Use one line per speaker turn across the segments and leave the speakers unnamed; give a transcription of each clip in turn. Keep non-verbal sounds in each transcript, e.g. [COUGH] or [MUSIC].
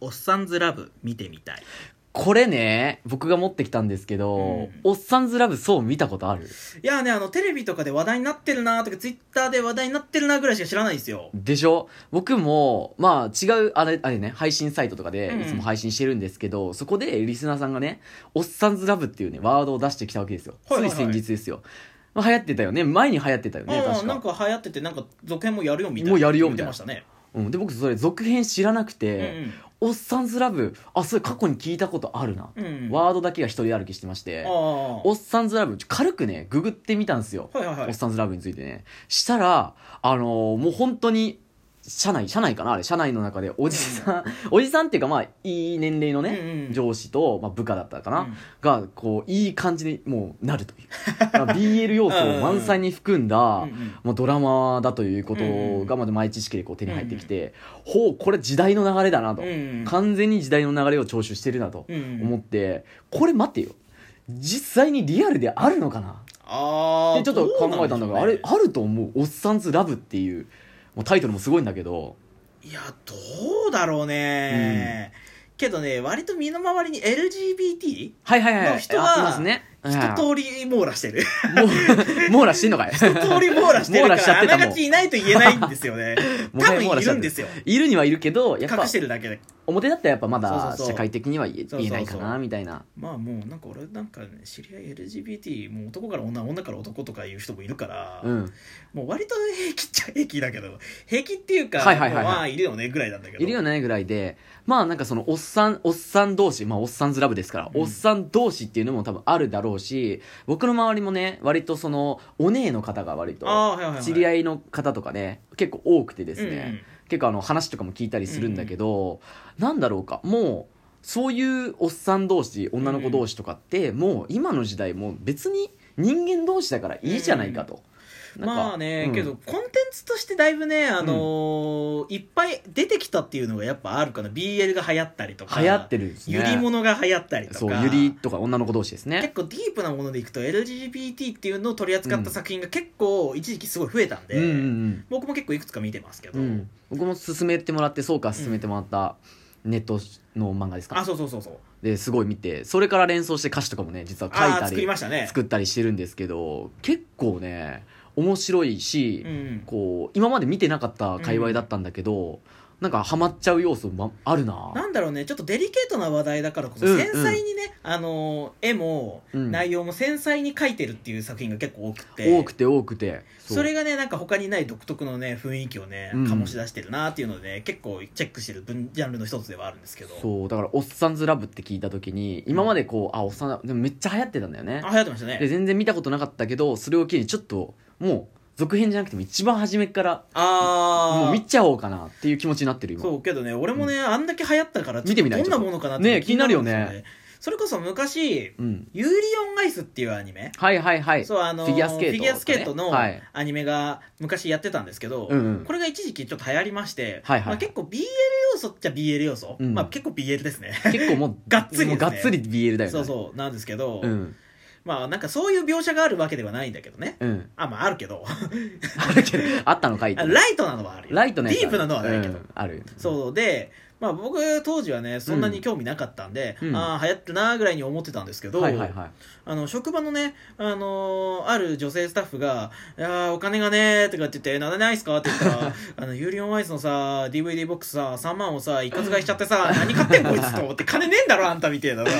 おっさんずラブ見てみたい。
これね、僕が持ってきたんですけど、
うん
おっさんずラブそう見たことある
いやね、あの、テレビとかで話題になってるなとか、ツイッターで話題になってるなぐらいしか知らないんですよ。
でしょ僕も、まあ違う、あれ、あれね、配信サイトとか
う
で
ん
いつも配信してるんですけど、そこでリスナーさんがね、おっさんずラブっていうね、ワードを出してきたわけですよ。
はいはいはい
つい先日ですよ。まあ流行ってたよね。前に流行ってたよね、
ああ、
確
なん
か。
か流行ってて、なんか続編もやるよみたいな。
もうやるよ
言っ
みた
て
いな
ましたね。
うん、で、僕それ続編知らなくて、おっさんずラブ、あ、それ過去に聞いたことあるな。
うんうん。うん。
ワードだけが一人歩きしてまして
あ、あ。
おっさんずラブ、ちょ軽くね、ググってみたんですよ。
はいはいは
お
い
っ。さんずラブについてねしたらあのーもう本当に社内社内かなあれ社内の中でおじさん、おじさんっていうかまあいい年齢のね、
うんうん
上司と、まあ、部下だったかな、
うん
がこういい感じにもうなると
[LAUGHS]
いうまあ BL 要素を満載に含んだ、
うんうん
まあ、ドラマだということ
うんうん
が、まあ、前知識でこう手に入ってきて、ほうこれ時代の流れだなと、
うん
完全に時代の流れを徴収してるなと
うん
思って、これ待ってよ実際にリアルであるのかな
ああ。
でちょっと考えたんだけど、
どうな
あ
んで
れ
しょ
あると思う「おっさんずラブ」っていう、まあ、タイトルもすごいんだけど
うね。いや、どうだろうね。けどね、割と身の回りに LGBT?
はいはい
ま
は
あ
い
人は
あいますね
一通り網羅してる。
り網羅してんのかい
一通り網羅してる
網
か
羅しち
ら、
ゃっ
あ
てた
な
もん
がちいないと言えないんですよね
[LAUGHS] 。も
多
はや網
分
羅
い
しちゃ
る
って
んですよ。
いるにはいるけどやっぱ
隠してるだけで。
表だったらやっぱま
そう
だ
そうそう
社会的には言え
そうそうそう
言えないかなみたいな
まあもうなんか俺なんかね知り合い LGBT もう男から女女から男とかいう人もいるから、
うん
もう割と平気っちゃ平気だけど平気っていうか、
はいはいはいはい
まあいるよねぐらいなんだけど
いるよねぐらいでまあなんかそのおっさんおっさん同士まあおっさんずラブですから、
うん
おっさん同士っていうのも多分あるだろうし僕の周りもね割とそのお姉の方が割と
ああーはいはい、はい、
知り
い
合いの方とかね結構多くてで
です
ね、結構あの話とかも聞いたりするんだけど、なんだろうかもうそういうおっさん同士女の子同士とかって、もう今の時代もう別に人間同士だからいいじゃないかと、なんか
まあね、
うん
けどコンテンツとしてだいぶね、あのーいっぱい出てきたっていうのがやっぱあるかな BL が流行ったりとか
流行ってるんですね
ゆりものが流行ったりとか
そうゆりとか女の子同士ですね
結構ディープなものでいくと LGBT っていうのを取り扱った作品が結構一時期すごい増えたんで、
うんうん
僕も結構いくつか見てますけ
う
ど、
ん、うん、僕も勧めてもらってそうか勧めてもらった、ネットの漫画です
あ
か
そうそうそうそう
ですごい見てそれから連想して歌詞とかもね実は書い
ああー
た
作
り
りましたね
作ったりしてるんですけど結構ね面白いし、
うん
こう今まで見てなかった界隈だったんだけど、なんかハマっちゃう要素もあるな
なんだろうねちょっとデリケートな話題だからこそ
うん
繊細にね、あのー絵も
うん
内容も繊細に描いてるっていう作品が結構多くて、
多くて多くてう
それがねなんか他にない独特のね雰囲気をね
うん
醸し出してるなっていうのでね、結構チェックしてる分ジャンルの一つではあるんですけど
そうだから「おっさんずラブ」って聞いた時に今までこう「あおっさんだでもめっちゃ流行ってたんだよね
あ流行ってました
で
ね
全然見たことなかったけどそれを機にちょっともう続編じゃなくても一番初めから
ああ
もう見ちゃおうかなっていう気持ちになってる今
そうけどね俺もね、あんだけ流行ったから
見てみない
どんなものかな
ねえ気になるよね
気んですそれこそ昔
うん
「ユーリオンアイス」っていうアニメ
はいはいはい
そうあの
フィギュアスケート
フィギュアスケート
と
の
かねはい
アニメが昔やってたんですけど、
うんうん
これが一時期ちょっと流行りまして、
はいはい
まあ、結構 BL 要素っちゃ BL 要素、
うん
まあ、結構 BL ですね
結構もう
がっつりですね
もうがっつり BL だよね
そうそうなんですけど、
うん
まあなんかそういう描写があるわけではないんだけどね
うん [LAUGHS]
あまああるけど
あるけどあったのかいって
あ [LAUGHS] ライトなのはあるよ
ライトね
ディープなのはないけど、
ある
そうで、まあ、僕当時はねそんなに興味なかったんで、
うん
ああ流行ってるなーぐらいに思ってたんですけど、
はいはいはい
あの職場のね、あのーある女性スタッフが「いやーお金がね」とかって言って「ならないっすか?」って言ったら
[LAUGHS]
「あのユーリオンアイスのさ DVD ボックスさ3万をさ一括買いしちゃってさ何買ってんこいつ」と思って「金ねえんだろあんた」みたいなさ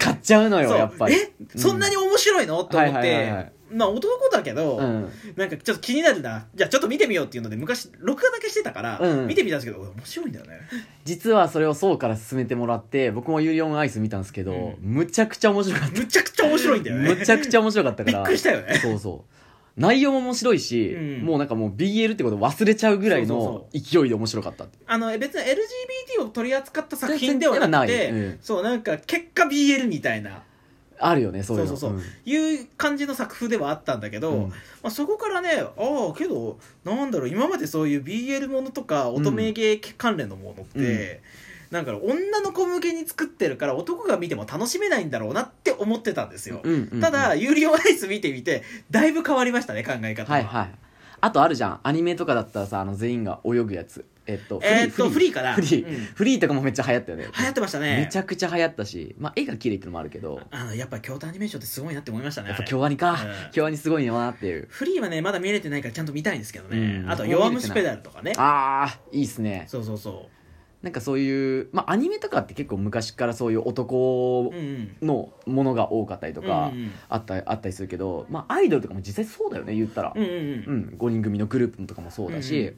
買っちゃうのよ
そう
やっぱり
えそんなに面白いの?」と思って、
はいはいはいはい
まあ男だけど、
うん
なんかちょっと気になるなじゃあちょっと見てみようっていうので昔録画だけしてたから、
うん
見てみたんですけどおい面白いんだよね。
実はそれをそうから勧めてもらって僕もユリオンアイス見たんですけど、
うん
むちゃくちゃ面白かった
むちゃくちゃ面白いんだよね
むちゃくちゃ面白かったか
び
ら
っくりしたよね
そうそう内容も面白いし、
うん
もうなんかもう BL ってこと忘れちゃうぐらい
そう
の
そう
勢いで面白かったって
あの別に LGBT を取り扱った作品ではなくて
全然ではないうん
そうなんか結果 BL みたいな
あるよねそういうの
そうそうそうんいう感じの作風ではあったんだけど、
うん
まあ、そこからねああけどなんだろう今までそういう BL ものとか乙女芸関連のものって、なんか女の子向けに作ってるから男が見ても楽しめないんだろうなって思ってたんですよ、
うんうんうん
ただ、ユーリオンアイス見てみてだいぶ変わりましたね考え方
はいはいあとあるじゃんアニメとかだったらさあの全員が泳ぐやつえっと
えーっとフリーかな
フリー
うん
フリーとかもめっちゃ流行ったよね
流行ってましたね
めちゃくちゃ流行ったし、まあ、絵が綺麗ってのもあるけど
あのやっぱ京都アニメーションってすごいなって思いましたね
やっぱ
あれ
京アニか
うん
京アニすごいなっていう
フリーはねまだ見れてないからちゃんと見たいんですけどね、
うん
あと「弱虫ペダル」とかね
あーいいっすね
そうそうそ
なんかそういう、まあ、アニメとかって結構昔からそういう男
ううん
のものが多かったりと
うん
か、
うん
あったあったりするけど、まあ、アイドルとかも実際そうだよね言ったら、
うんうん
うん5人組のグループとかもそうだし、
うんうん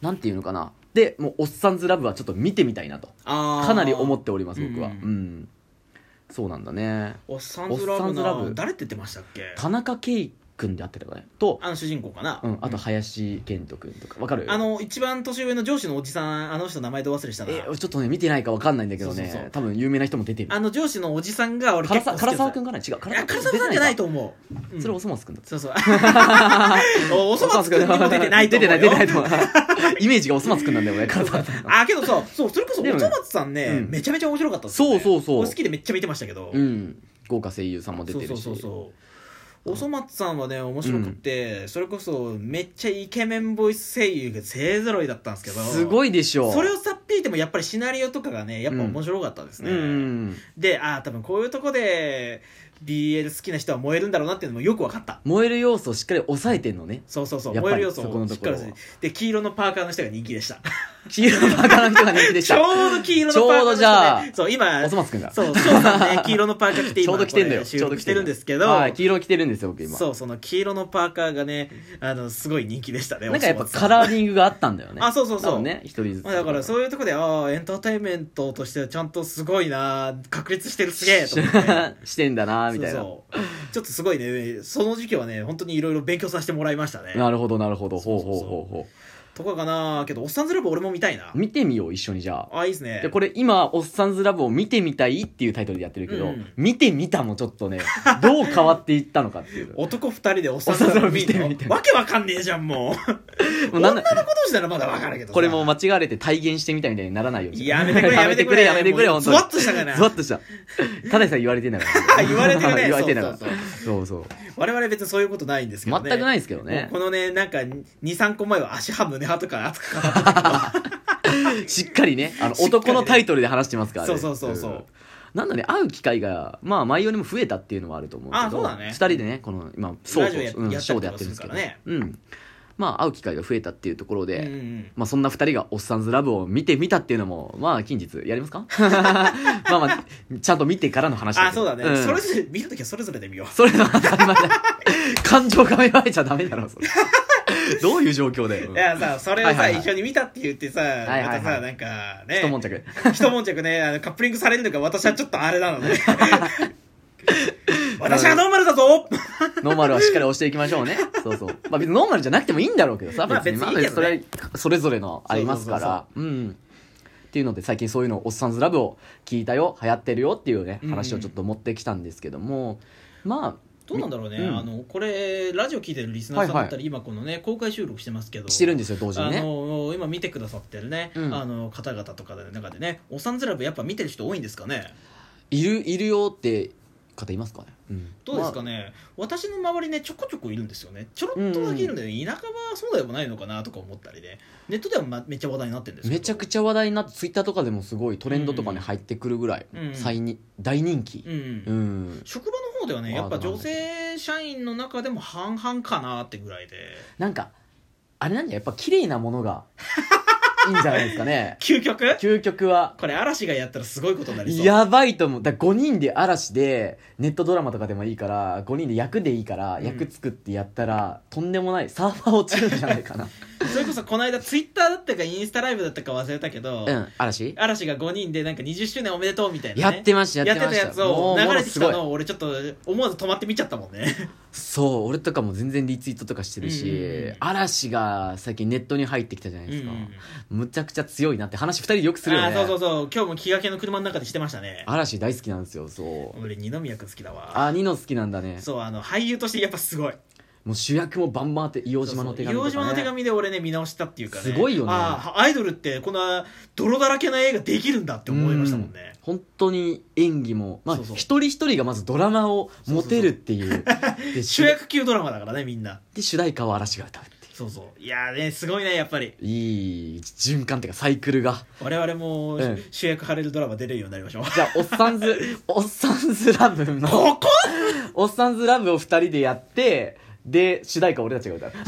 なんていうのかなでもう「おっさんずラブ」はちょっと見てみたいなと
あー
かなり思っております僕はう、
うんん
そうなんだね
おっさんずラブな
おっさんずラブ
誰って言ってましたっけ
田中圭君であってたかねと、
あの主人公かな、
うん、あと林健人君とかわかる
あの一番年上の上司のおじさんあの人の名前で忘れしたな、
えちょっとね見てないかわかんないんだけどね
そうそうそう
多分有名な人も出てる
あの上司のおじさんが俺
唐
結構好
沢
き
唐沢
く
君かな違う唐
いや
沢
唐
君
沢さんじゃない
出
と思う、うん
それおそ松君だった
そうそう [LAUGHS] おおそ
[LAUGHS]
松くんにも出てないと思うよ
出てない出
[LAUGHS]
てないと思うイメージがおそ松君なんだよね唐沢さん
あけどさそうそれこそお
でもね
そ松さんね
うん
めちゃめちゃ面白かったっすよ
そう
ね
そうそう
俺好きでめっちゃ見てましたけど、
うん豪華声優さんも出てるし
そうそうそうそうおそ松さんはね面白くって、それこそめっちゃイケメンボイス声優が勢ぞろいだったんですけど
すごいでしょ
それをさっぴいてもやっぱりシナリオとかがねやっぱ面白かったですね、
うん
でああ多分こういうとこで BL 好きな人は燃えるんだろうなっていうのもよく分かった
燃える要素をしっかり抑えてんのね
そうそうそう
やっ
燃
ぱ
える
り
要素
そこの
をし
と
っ
こ
か
ろは
りしてで黄色のパーカーの人が人気でした
黄色のバカの人が人気でし
[LAUGHS] ち
た
ょうど黄色のパーカーの人、ね、
ちょうどじゃあ
そう今
おそ松君が
そう翔さんね黄色のパーカー着て
ち
今
ょうど来てんだよ
これ収
ちょうど
録
来
してるんですけ
は
ど
い黄色着てるんですよ僕今
そうその黄色のパーカーがねあのすごい人気でしたね
なんかやっぱ
おそ松さ
カラーリングがあったんだよね
あそうそうそう
多分ね一人ずつ
まあだからそういうとこでああエンターテインメントとしてはちゃんとすごいな確立してるすげえと思って
[LAUGHS] してんだなみたいな
そうそうちょっとすごいねその時期はね本当にいろいろ勉強させてもらいましたね
なるほどなるほどほうほう
そうそうそう
ほうほ
とかかなけど「おっさんずラブ」俺も見たいな
う見てみよう一緒にじゃあ
あいいですね
でこれ今「おっさんずラブ」を見てみたいっていうタイトルでやってるけど、
うん
見てみたもちょっ
[LAUGHS]
とねどう変わっていったのかっていうも
男二人でおっさんずラブ見る
[LAUGHS] おっさんずラブ見てみたい
のわけわかんねえじゃん [LAUGHS] もう
うなん
女
だ
の子同士ならまだわかるけどさ
これも間違われて体現してみたみたいにならないように
やめてくれやめてくれ
[LAUGHS] やめてくれ
もう
本当
ゾワッとしたか
に
ら
ゾワッとしたただでさえ言われてん
[LAUGHS]
だから
言われてるね
[LAUGHS] 言われてんだから
そうそう
そうそう
我々別にそういうことないんですけど
全
ね
くないですけどね
もうこのねなんか23個前は足派胸派とか熱く語ってたけど
しっかりねあの
しっかりね
男のタイトルで話してますからね
そうそうそうそうん
なんだね会う機会がまあ前よりも増えたっていうのはあると思うけど
あそうだね
2人でねこの今 [LAUGHS] そう
ラ
そ
ジ
う
オやっ
うん
やったりとか
ショーでやってるんですけど
するからね
うんまあ会う機会が増えたっていうところで、
うんうんうん
まあそんな2人が「おっさんずラブ」を見てみたっていうのもまあ近日やり
[LAUGHS]
ますかまあまあちゃんと見てからの話
あ
け
そ
ど
うだね、
ん
それぞれ見るときはそれぞれで見よう
それの当たり前だ感情が芽生えちゃダメだ
[LAUGHS]
ろそれどういう状況だよ
いやさ、それをさ、
はいはいはい
一緒に見たって言ってさ、
いはいはい
またさ、なんかね、
一悶着
一悶着ね、あのカップリングされるのか、私はちょっとあれな
[LAUGHS]
のね。私はノーマルだぞ
ノーマルはしっかり押していきま
[LAUGHS]
しょうね。そうそう。まあ別にノーマルじゃなくてもいいんだろうけどさ、
まあ
まあ
別にいいけ
そ
どね
れ、それぞれのありますか
そうそう
ら。うん。っていうので最近そういうのをおっさんずラブを聞いたよ、流行ってるよっていうね、
うん
話をちょっと持ってきたんですけども、ま
どうなんだろうね、
うん
あの、これ、ラジオ聞いてるリスナーさんだったり、
はい
今このね、公開収録してますけど。
あ、してるんですよ、同時に
あ
ね。
の今見てくださってるね、
うん
あの方々とかの中でね「おさんずラブ」やっぱ見てる人多いんですかね
いる、いるよって方いますかね。うん
どうですかね、私の周りねちょこちょこいるんですよねちょろっとだけいるんだよね、田舎はそうでもないのかなとか思ったりねネットでは、ま、めっちゃ話題になってるんですけど
めちゃくちゃ話題になって、ツイッターとかでもすごいトレンドとかに
うん
入ってくるぐらい、
うん
最に大人気。
うんうん
うん。
職場の方ではねやっ
あ
ぱ
ーなる
女
ほど
性社員の中でも半々かなってぐらいで
なんか、あれなんだよやっぱ綺麗なものがいいんじゃないです
[LAUGHS]
かね。
究極
究極は
これ嵐がやったらすごいことになりそう
やばいと思うだ5人で嵐でネットドラマとかでもいいから5人で役でいいから、
うん
役作ってやったらとんでもないサーファー落ちるんじゃないかな
[LAUGHS] それこそこの間ツイッターだったかインスタライブだったか忘れたけど、
うん嵐
嵐が5人でなんか20周年おめでとうみたいな、ね、
やってましたや
や
っ
ってて
ま
た
した
やつを流れてきた
もうもうすごい
のを俺ちょっと思わず止まって見ちゃったもんね
そう俺とかも全然リツイートとかしてるし、
うんうんうん
嵐が最近ネットに入ってきたじゃないですか、むちゃくちゃ強いなって話2人でよくするよ
あ
ね
ーそうそうそう今日も気がけの車の中でしてましたね
嵐大好きなんですよそう
俺二宮君好きだわ
あニノ好きなんだね
そうあの俳優としてやっぱすごい
もう主役もバンバンあって硫黄島の手紙とか、
そう
ね、
そう硫黄島の手紙で俺ね見直したっていうかね
すごいよね
ああアイドルってこんな泥だらけな映画できるんだって思いましたもんね
本当に演技も、まあ、
そうそう
一人一人がまずドラマを持てるっていうで [LAUGHS]
主役級ドラマだからねみんな
で主題歌を嵐が歌うっていう
そうそういやーねすごいねやっぱり
いい循環っていうかサイクルが
我々も、
うん
主役張れるドラマ出れるようになり
[LAUGHS]
ましょう
じゃあおっさんず [LAUGHS] おっさんずラブの [LAUGHS]
ここ
おっさんずラブを二人でやってで主題歌俺たちが歌う
将来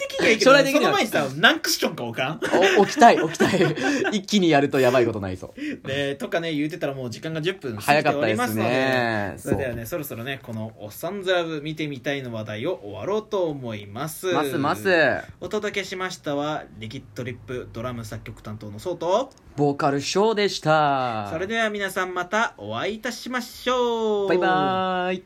的にはいいけど
将来的には
その前にさ何クッションか置かん
お起きたい起きた [LAUGHS] い一気にやるとやばいことないぞ
でとかね言うてたらもう時間が10分過ぎ
早
て
かっ
お
た
り
で
ますすので
ね
それではねそろそろねこの「おっさんずラブ」見てみたいの話題を終わろうと思います
そうますます
お届けしましたはリキッドリップドラム作曲担当のソウと
ボーカルショーでした
それでは皆さんまたお会いいたしましょう
バイバーイ